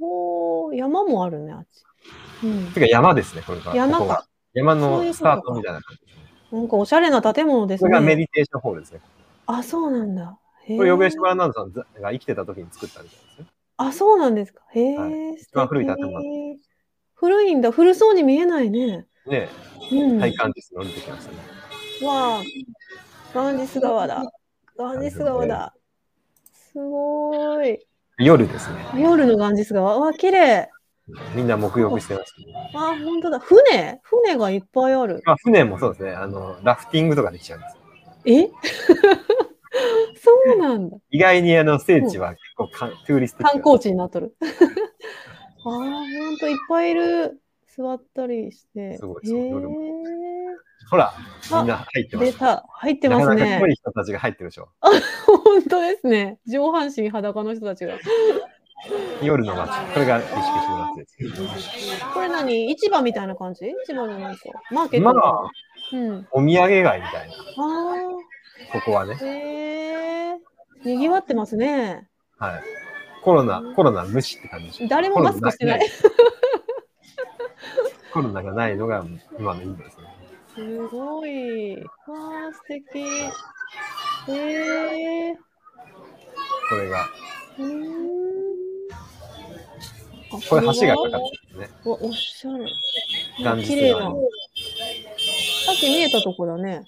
おー山もあるね、あっち。うん
てか山ですね、これが。
山か
ここが山
そう
の
いうこ
ス
とか
タートみたいな感じですね。
なんかおしゃれな建物です
これがメ
ね。
ディテーションホールですね。
あ、そうなんだ。へー
これ、ヨゲシマラナンドさんざが生きてた時に作ったみたいですね。
あ、そうなんですか。へえ、
は
素
番
敵
古い建物
古いんだ。古そうに見えないね。
ね
うん。
え、体感です乗りてきましたね。
わあ、ガンジス川だ。ガンジス川だ。すごーい。
夜ですね。
夜のガンジス川。わあ、綺麗。
みんな沐浴してます、ね。
あ、本当だ。船船がいっぱいある。
まあ、船もそうですね。あの、ラフティングとかできちゃうんです。
え (laughs) そうなん
(laughs)
だ。
意外にあの聖地は結構かんトゥーリスト
観光地になっとる。 (laughs) ああ、ほんといっぱいいる。座ったりして。
すごい
へ
そう
え
夜もほら、みんな入ってます。
出た。入ってま
な
す
かなか
ね
濃。い人たちが入ってるでしょ。
本当ですね。上半身裸の人たちが。
夜の街。これが意識してる街ですけ
これ何市場みたいな感じ市場じゃないか。マーケッ
ど。
ト
ま
か
あ、
うん。
お土産街みたいな、
あ
ここはね
あ、。へえ。にぎわってますね。
はい。コロナ、コロナ無視って感じでしょ。
誰もマスクしてない。
コロナがないのが今のインドですね。
すごい。わあ、素敵。へえ。
これが、
うーんあ
これ橋が
こ
か
れ
か
は
ってるんですね。
わおっしゃる。
ガンジス
綺麗な。
川
さっき見えたとこだね。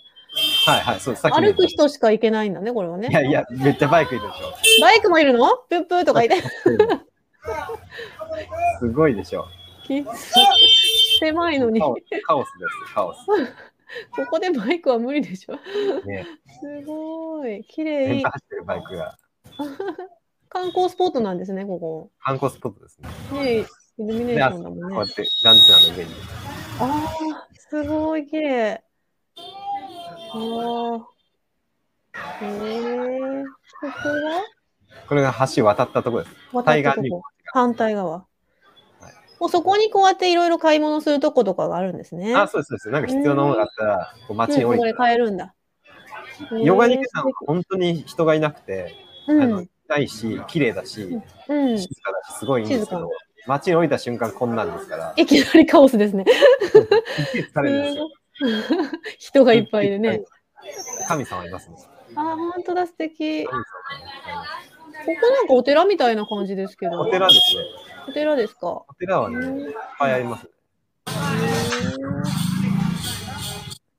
はいはい、そう、さっきの
歩く人しか行けないんだね、これはね
い。やいや、めっちゃバイクいるでしょ。
バイクもいるのプップーとかいて。 (laughs)
すごいでしょ。
き狭いのに、
カ
こ
オカオスです、カオス。
こでバイクは無理でしょ。
ね、
すごい。綺
連
麗。
覇走ってるバイクが
観光スポットなんですね、ここ。
観光スポットですね。
ねえイルミネ
で、
ー
あ
ショ
こ
ンだ
う
も
やっ
んね。
てガンジス川の上に。
ああ、すごい綺麗。ああ。へえ。ここは
これが橋渡ったとこです。
渡
対
った
岸
と
に
こ
も。
反対側。もうそこにこうやっていろいろ買い物するとことかがあるんですね。
あ、そうです、そうです。なんか必要なものがあったら、こう街に
う
降
ん、
り
こ
て
れ。買えるんだ。
ヨガニケさんは
へ
本当に人がいなくて、
え
あの
う、
ないし、綺麗だし、
ん、うん
静。かだし、すごいいいんですけ
静
ど、街に降りた瞬間こんなんですから、
いきなりカオスですね。
びっくり疲れるんですよ。
(laughs) 人がいっぱいいるね。。
神様いますね。
あー、本当だ、素敵。
神様
ここなんかお寺みたいな感じですけど。
お寺ですね。
お寺ですか。
お寺は
う
ね、いっ
ん
ぱいあります。
こ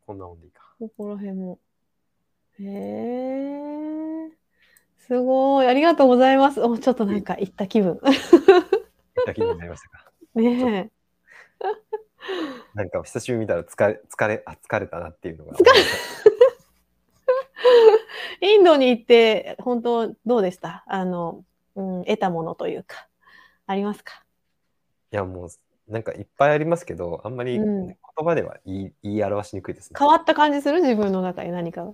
こんなもんでいいか。
こら辺も。へえ。すごい。ありがとうございます。お、ちょっとなんか行った気分。
行った気になりましたか。
ね
なんか久しぶりに見たら疲れ、疲れ、あ、疲れたなっていうのが。
え。インドに行って、本当どうでしたあの、うん、得たものというか、ありますか
いや、もう、なんかいっぱいありますけど、あんまり
うん
言葉では言い,、言い表しにくいですね。
変わった感じする自分の中で何かが。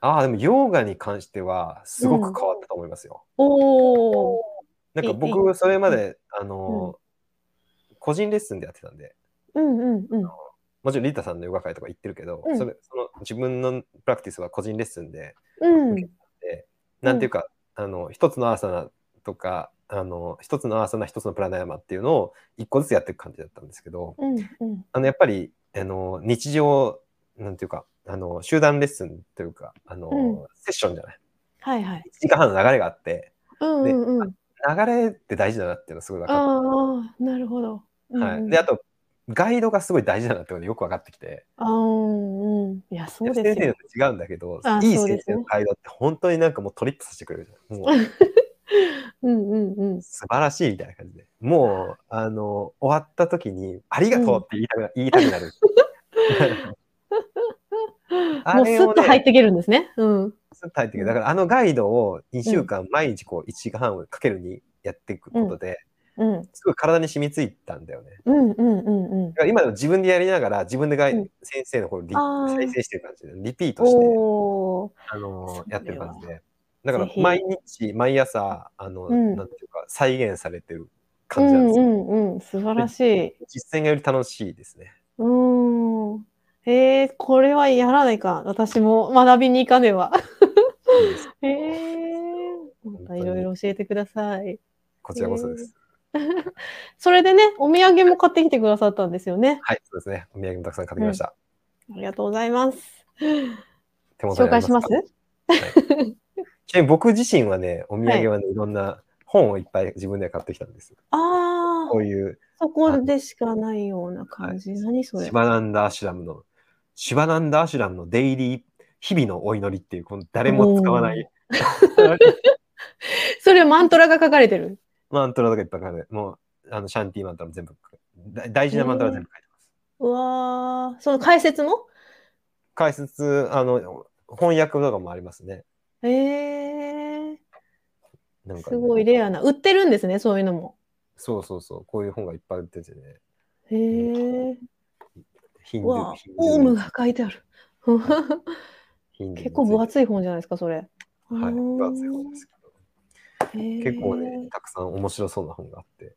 ああ、でも、ヨーガに関しては、すごく変わったと思いますよ。
おお。
なんか
え
僕、それまで、あのー個人レッスンでやってたんで、
うんうんうん。
もちろんリータさんのヨガ会とか行ってるけど、
うん
それその自分のプラクティスは個人レッスンで、
うん。
なんていうか、あの、一つのアーサナとか、あの、一つのアーサナ、一つのプラナヤマっていうのを一個ずつやっていく感じだったんですけど、
うんうん
あの、やっぱり、あの、日常、なんていうか、あの、集団レッスンというか、あの、
うん
セッションじゃない。
はいはい。
1時間半の流れがあって、
うんうんうん。
流れって大事だなっていうのがすごい分かっ
ああ、なるほど。
た。は
うんうん
い。で、あと、ガイドがすごい大事だなってことよく分かってきて、
あーうんうん。いや、そうで
先
す
生によ
よ
っ。て違うんだけど
あ、
いい
そうで
先
す
生
ね
のガイドって本当になんかもうトリップさせてくれるじゃん。もう
うんうんうん。
素晴らしいみたいな感じでもうあの終わった時に「ありがとう」って言いたくな,、言いたくなるあ
もうス
れをね
ッと入っていけるんですね。うん。
スッと入ってくるだからあのガイドを2週間毎日こう1時間半かけるにやっていくことで、
うん
すごい体に染みついたんだよね
うんうんうんうん
だ。から今でも自分でやりながら自分でガイ、
うん
先生のこのリ
あー
再生してる感じでリピートして
おお。
あの
それ
やってる感じでだから
ぜひ
毎日毎朝あの、
うん
なんていうか再現されてる
う
感じなん
ん
です
う
よ、
んうん。素晴らしい。
実践がより楽しいです
(laughs)
ね
うーん。えー、これはやらないか。私も学びに行かねば。
いいです
えー、 (laughs) またいろいろ教えてください。
こちらこそです。
それでね、お土産も買ってきてくださったんですよね。
はい、そうですね。お土産もたくさん買ってきました。
ありがとうございます。
手元に
紹
あ
介
り
しま
ますすか。ちなみに僕自身はね、お土産はね、いろんな本をいっぱい自分で買ってきたんです。
あ
こ
あ、
ういう
そこでしかないような感じ。何それ
シ。バナンダ・アシュラムの、シバナンダ・アシュラムのデイリー、日々のお祈りっていう、この誰も使わない (laughs)
それはマントラが書かれてる。
マントラとかいっぱい書いてある、もうあのシャンティーマントラも全部、だ大事なマントラ全部書いてます。
うわー、その解説も
解説、あの、翻訳とかもありますね。
えー、
なんか
す
ね、
ごいレアな。売ってるんですね、そういうのも。
そうそうそう、こういう本がいっぱい売っててね。
へえ。
ヒンドゥ
わ
ー
あ
ヒン、ドゥー
オウムが書いてある。
ヒンドゥーについて
結構分厚い本じゃないですか、それ。
はい、分厚い本ですけど、
結
結構ね、。たくさん面白そうな本があって、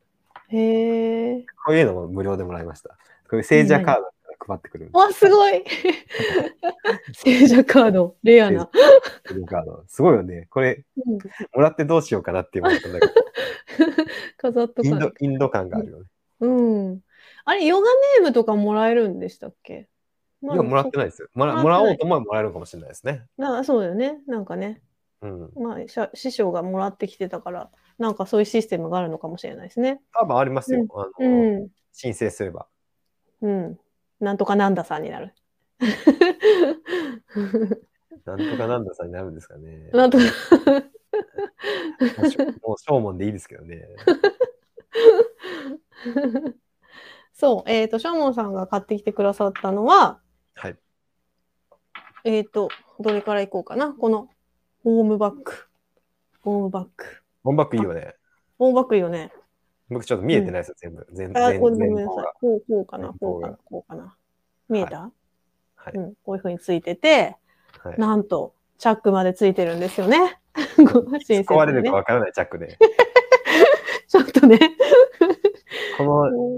へえ。
こういうのも無料でもらいました。こういう聖者カードが配ってくるんで
わ、すごい (laughs) 聖者カード、レアな。
す、聖者カード。すごいよね。これ、
うん
もらってどうしようかなって思ったんだ
(laughs)
けど、
飾っと
イ
か
ン
な
ドインド感があるよね。
うん。あれ、ヨガネームとかもらえるんでしたっけい
いや、もらってない
い。
ですよ。もら
も
も
らっ
ら
てない
おうと思えばもらえるかもしれないですね。
なそうだよね。なんかね。
うん。
まあ、しゃ師匠がもらってきてたから、なんかそういうシステムがあるのかもしれないですね。
多分ありますよ。あ
う
の
ん。
申請すれば。
うん。なんとかなんださんになる。 (laughs)
なんとかなんださんになるんですかね。
(laughs) なんとか。
もうしょもう、正門でいいですけどね。
そう、えっ、と、シャモンさんが買ってきてくださったのは、
はい。
えっ、と、どれからいこうかな。この、ホームバッグ。ホームバッグ。
音楽いいよね。
ホームバッグいいよね。
僕ちょっと見えてないですよ、全部。全部。
あ、
全
ごめ
全
んな
部
さい
が。
こう、こうかな、
前方
こうかな
が、
こうかな。見えた、
はい。
うん、こういうふうについてて、
はい
なんと、チャックまでついてるんですよね。
突っ
壊
込まれるかわからないジャックで。
ちょっとね。
こ
(laughs)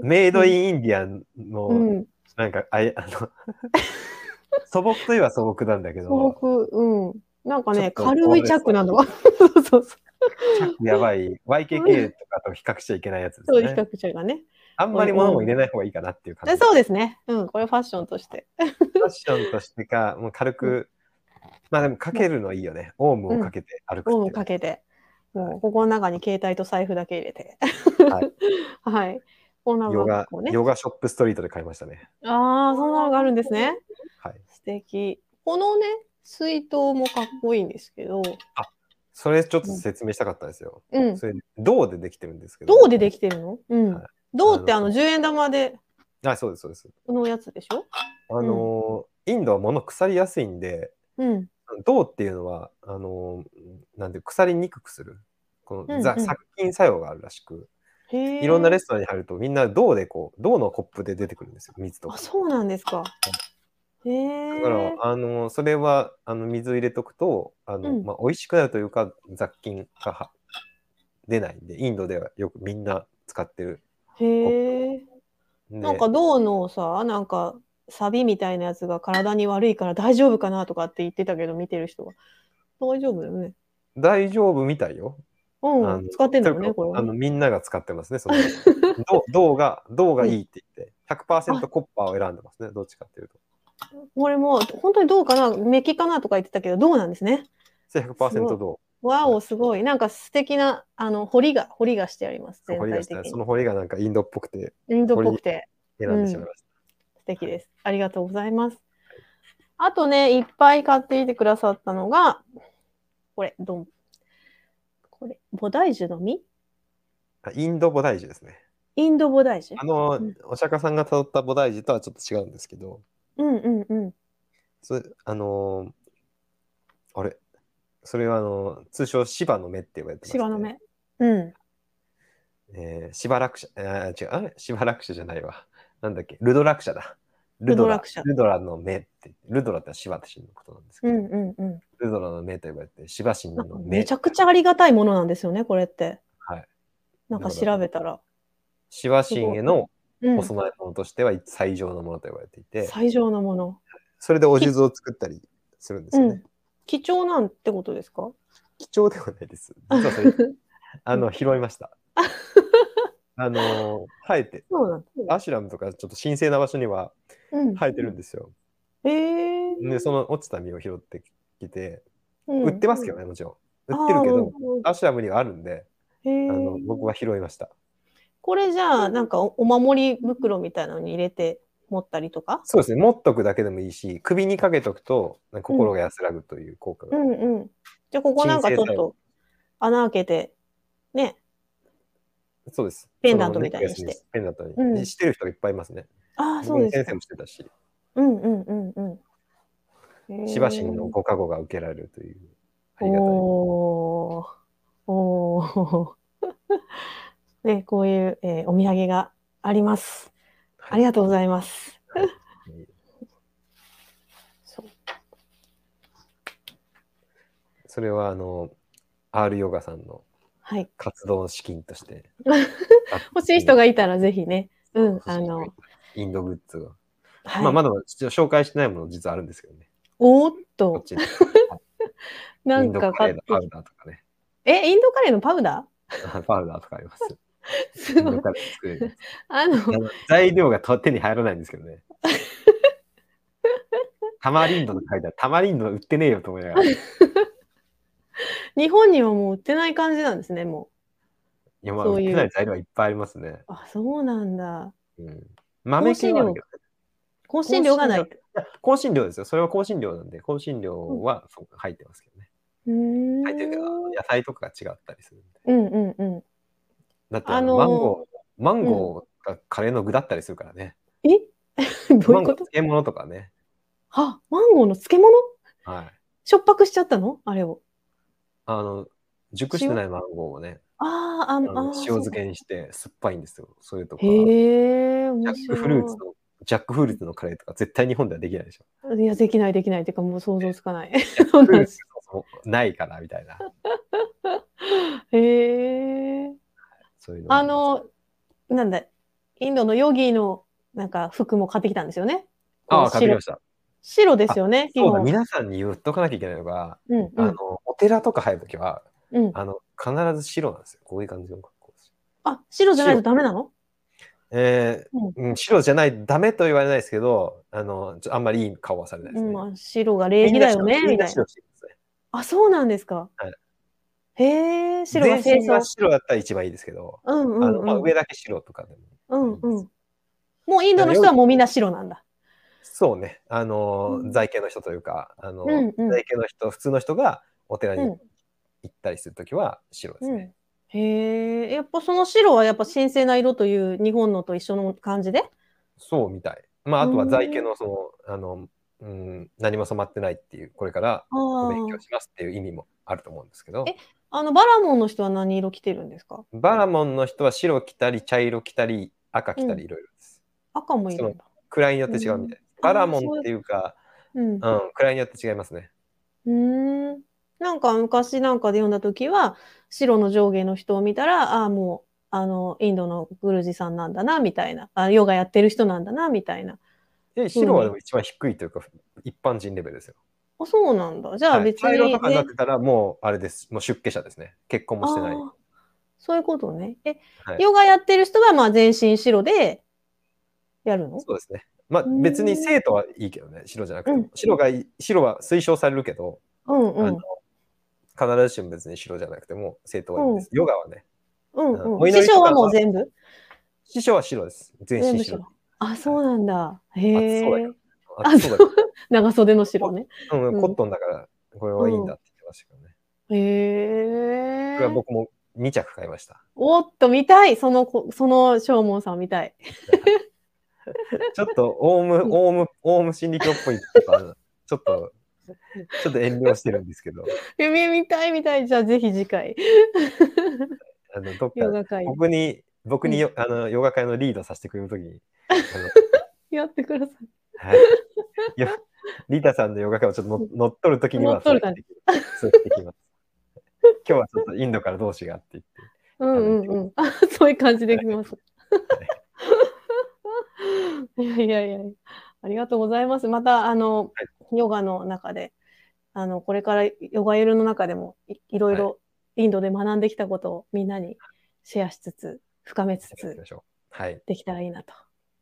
の メイドインインディアン
う
の、
ん。
なんか、あいあの、 (laughs) 素朴といえば素朴なんだけ
素
ど、
朴、うん。なんかね、
ちょっと
軽いチャックなの。 (laughs) そうそうそう。
チャックやばい、YKK とかと比較しちゃいけないやつで
そう、
す
比
ね。
較者がね。
あんまり物も入れない方がいいかなっていう感
で
じ。
そうですね。うん、これファッションとして。
ファッションとしてか、もう軽く、まあでもかけるのいいよね。オウムをかけて歩く
ゴム
ってい
か
う。
けて、もうここの中に携帯と財布だけ入れて。
はい。
(laughs) はい。こんな
ヨ
の
ガ
がこう、ね。
ヨガショップストリートで買いましたね。
ああ、そんなのがあるんですね。
はい。
素敵。このね、水筒もかっこいいんですけど、
それちょっと説明したかったんですよ。
うん。
それ、銅でできてるんですけど。
銅でできてるのうん
はい。
銅ってあの10円玉で
あ、そうです、そうです。
のやつでしょ
あのーインドは物腐りやすいんで、
うん。
銅っていうのは、あのーなんて腐りにくくする。こ
うんう
の
ん
ざ殺菌作用があるらしく、
へえ。
いろんなレストランに入るとみんな銅でこう、銅のコップで出てくるんですよ、水と
あ、
か。
そうなんですか。へえ。
だから、あのーそれは、あの、水入れとくと、あの、
うん
まあ、美味しくなるというか、雑菌がは出ないんで、インドではよくみんな使ってる。
へえ。
で
なんか銅のさ、なんかサビみたいなやつが体に悪いから大丈夫かなとかって言ってたけど、見てる人が。大丈夫だよね。
大丈夫みたいよ。
あ
あ
う
の
ん、使ってんだよ
そ
ね、
か
こ
あ
れ
の
ね。
みんなが使ってますね、その銅
(laughs)
銅が、銅がいいって言って、100%コッパーを選んでますね、どっちかっていうと。
これも、本当にどうかな、メキかなとか言ってたけど、どうなんですね。
それ100%
す
銅。
わお、すごい。なんか素敵な、あの、彫りが、彫りがしてあります。
その
全
堀がし
体
た
的
そ
に。
の堀がなんかインドっぽくて
インドっぽくて
選んでしまいました。
素敵です。ありがとうございます。あとね、いっぱい買っていてくださったのが、これ、どん。これ、菩提樹の実
あインド菩提樹ですね。
インド菩提樹。
あの、
うん
お釈迦さんが辿った菩提樹とはちょっと違うんですけど、
うんうんうん。
それあのーあれそれはあのー通称芝の目って呼ばれてます、
芝の。目。うん。
えー、芝落車、あー違う、あれ芝落車じゃないわ。なんだっけ、ルドラクシャだ。
ルドラクシャ
ルドラルドラの目って、ルドラって芝って神のことなんですけ
う
ど、
んうんうん。
ルドラの目と呼ばれて、芝神
なん
の
か
目
めち、ゃくちゃありがたいものなんですよね、これって。
はい。
なんか調べたら。
芝神への
うん
お。供え物としては最上のものと呼ばれていて、
最上のもの。
それでお地蔵を作ったりするんですよね。
うん貴重なんてことですか
貴重ではないです。実はそれ、
(laughs)
あの、拾いました。あの、生えて、
そうなんだ。
アシュラムとかちょっと神聖な場所には
うん
生えてるんですよ。
ええ
で、その落ちた実を拾ってきて、
うん
売ってますけどね、もちろん。売ってるけど、アシュラムにはあるんで、
あー
あ
うんうん
の
へー
僕は拾いました。
これじゃあ、なんかおお守り袋みたいなのに入れて持ったりとか。
そうですね、持っとくだけでもいいし、首にかけとくとなんか心が安らぐという効果
う
が。
んうん。じゃあ、ここなんかちょ
鎮静
っ
剤
と穴開けて、ね。
そうです。
ペンダントみたいにし
そのネック
て
レスに。ペンダントに、
うん
してる人がいっぱいいますね。
ああ、そ
僕
う
の
です
先
か
生。もしてたし、
うんうんうんうん。へー
しばしのご加護が受けられるという、ありがたい。
おーおー (laughs) ね、こういう、えーお土産があります。
はい
ありがとうございます。
はい
(laughs) そう
それはあの R ヨガさんの
はい、
活動資金と
(laughs)
して
欲しい人がいたらぜひね、うん、
欲しい
あ
人がい
の
た、インドグッズが、
はい
まあまだちょっと紹介してないもの実はあるんですけどね
おーっ
こっ
と、
ちに
な
イン
ん
ド
か
カレ
買
ー
っ
の
て
パウダーとかね
え、インドカレーのパウダ
パウダーとかあります
(laughs) ーす
イン
ごい
ド。カレー作れる
あの、
あの材料がと手に入らないんですけどねタマリンドの書いてあるタマリンド売ってねえよと思いながらい
日本にはもう売ってない感じなんですね、も
やまあ
そ
売
う
っ
いう
てない材料はいっぱいありますね、
う。あ、そうなんだ。
うん、豆系はあるけど
香辛料がない。う
香辛料ですよ。それは香辛料なんで、香辛料はそう入ってますけどね。
ーん。
入ってるけど、野菜とかが違ったりするんで。
うんうんうん。
だって、
あのー
マンゴー、マンゴーがカレーの具だったりするからね。
え (laughs) どう
マン
いう
ゴ
こ
ー
と
漬物とかね。
あ、マンゴーの漬物
はい。
しょっぱくしちゃったのあれを。
あの、熟してないマンゴーをね、
ああ、あ
あの
の、
塩漬けにして酸っぱいんですよ。そういうとか。
へ
ジ
え、
ャ
面
ック
白い。
フルーツの、ジャックフルーツのカレーとか絶対日本ではできないで
(laughs)
しょ。
いや、できない、できない。てか、もう想像つかない。
フ
そうなん
ルー
で
ツ
(laughs) す。
そもそもないからみたいな。
へえ。
そういうのが
あの、なんだ、インドのヨギの、なんか、服も買ってきたんですよね。
あ
こ
あ、
う
買ってきました。
白ですよね、基
そうだ、
本。
皆さんに言っとかなきゃいけないのが、
うん、う
あの
ん、
お寺とか入るときは、
うん。
あの、必ず白なんですよ。こういう感じの格好です。
あ、白じゃないとダメなの
えーうん白じゃない、ダメとは言われないですけど、あの、ちょあんまりいい顔はされないで
う
すね。
ん、まあ、白が礼儀だよね、
み
み
んな
たいな。
白してるんですね。
あ、そうなんですか
はい。
へえ、白が清
全身が
掃。
白だったら一番いいですけど、
うんう
あのまあ、
んうん。
上だけ白とかでも。
うんうん。もうインドの人はもうみんな白なんだ。
そうね、あの、
うん
在家の人というか、あの、
うんうん
在家の人、普通の人がお寺に
うん
行ったりするときは白ですね。
うん、へえやっぱその白はやっぱ神聖な色という日本のと一緒の感じで
そうみたい。まあ、あとは在家のその、あの、うん、何も染まってないっていう、これから
あ
お
ー
勉強しますっていう意味もあると思うんですけど、
えあのバラモンの人は何色着てるんですか
バラモンの人は白着たり、茶色着たり、赤着たりいろいろです。
赤もいるんだ、
位によって違うみたいです。
うん
バラモンっていうか、
う
う
ん
ん、位によって違いますね。
うーんなんか昔なんかで読んだ時は白の上下の人を見たらああもうあのインドのグルジさんなんだなみたいなあヨガやってる人なんだなみたいな
で白はでも一番低いというか、一般人レベルですよ。
あそうなんだじゃあ
はい
別
茶色
に、
とかになっ
ね
てたら、もうあれです。もう出家者ですね。結婚もしてない
あ。ーそういうことね。え、
はい
ヨガやってる人はまあ全身白でやるの
そうですね。まあ
うん
別に生徒はいいけどね、白じゃなくて
うん
も。白がいい白は推奨されるけど、
うん
あ
う
の
ん。
必ずしも別に白じゃなくても生徒はいいんです。ヨガはね、
うん
お
うん。
祈
師
りと
匠
かは
はもう全部
師匠は白です。全
全
身
部
白
白。。あ、そうなんだ。へ
暑そうだ
え
よ。あ、そうだよ
長袖の白ね。
うん
うん
コットンだから、これはいいんだって言ってましたけどね。
へ
こ
え
れは。僕も2着買いま
(laughs)
した。
おっと、見たい。その子、その正門さん見たい。 (laughs)
ちょっと、オウム、
うん
オウム、オウム真理教っぽいとか、ちょっと、ちょっと遠慮してるんですけど、
えみ見たい、見たい。じゃあ、ぜひ次回、
あのどっ
ヨ
か、
ガ会で
僕に、僕によ、あのヨガ会のリードさせてくれるときに、あの
やってください。 (laughs)
はい。よリタさんのヨガ会をちょっとの乗っ取るときに
乗
は
っ取る
そう
感
やってそうやってきます。 (laughs) 今日はちょっとインドから同士があって言って。
うんうんうん。あ (laughs) そういう感じできます。 (laughs) いやいやいや、ありがとうございます。また、あの、ヨガの中で、あの、これからヨガゆるの中でもい、いろいろインドで学んできたことをみんなにシェアしつつ、深めつ
やっていき
つ
ましょう。はい。
できたらいいなと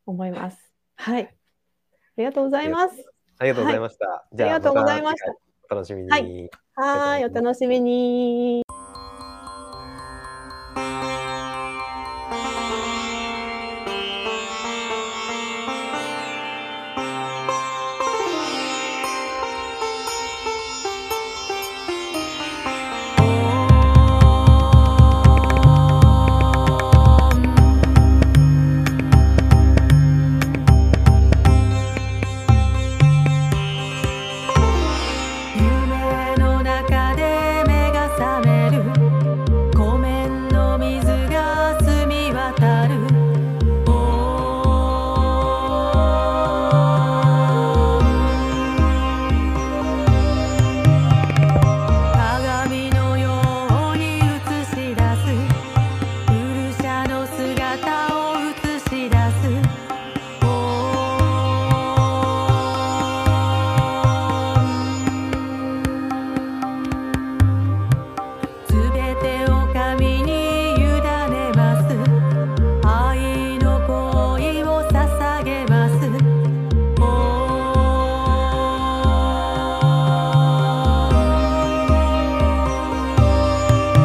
思います。はい。ありがとうございます。
ありがとうございました。
ありがとうございま
ま
したた。
お楽しみに。
はいは
あり
い、
が
お
とうございます
楽しみに。
夢の中で目が覚める湖面の水が澄み渡るお鏡のように映し出すうるしゃの姿を映し出すおすべてを神に委ねます愛の恋を捧げますす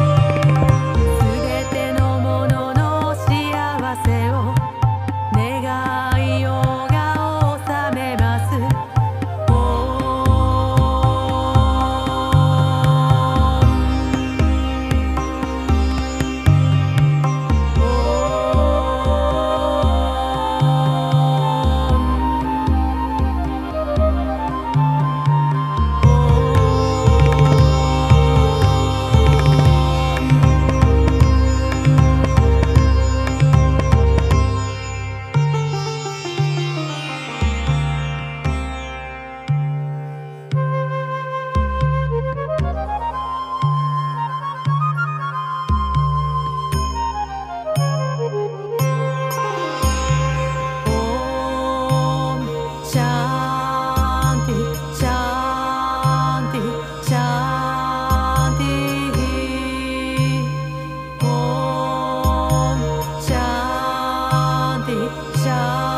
べてのものの幸せを願いようが収めますシャンティシャンティシャンティオーシャンティシャンティ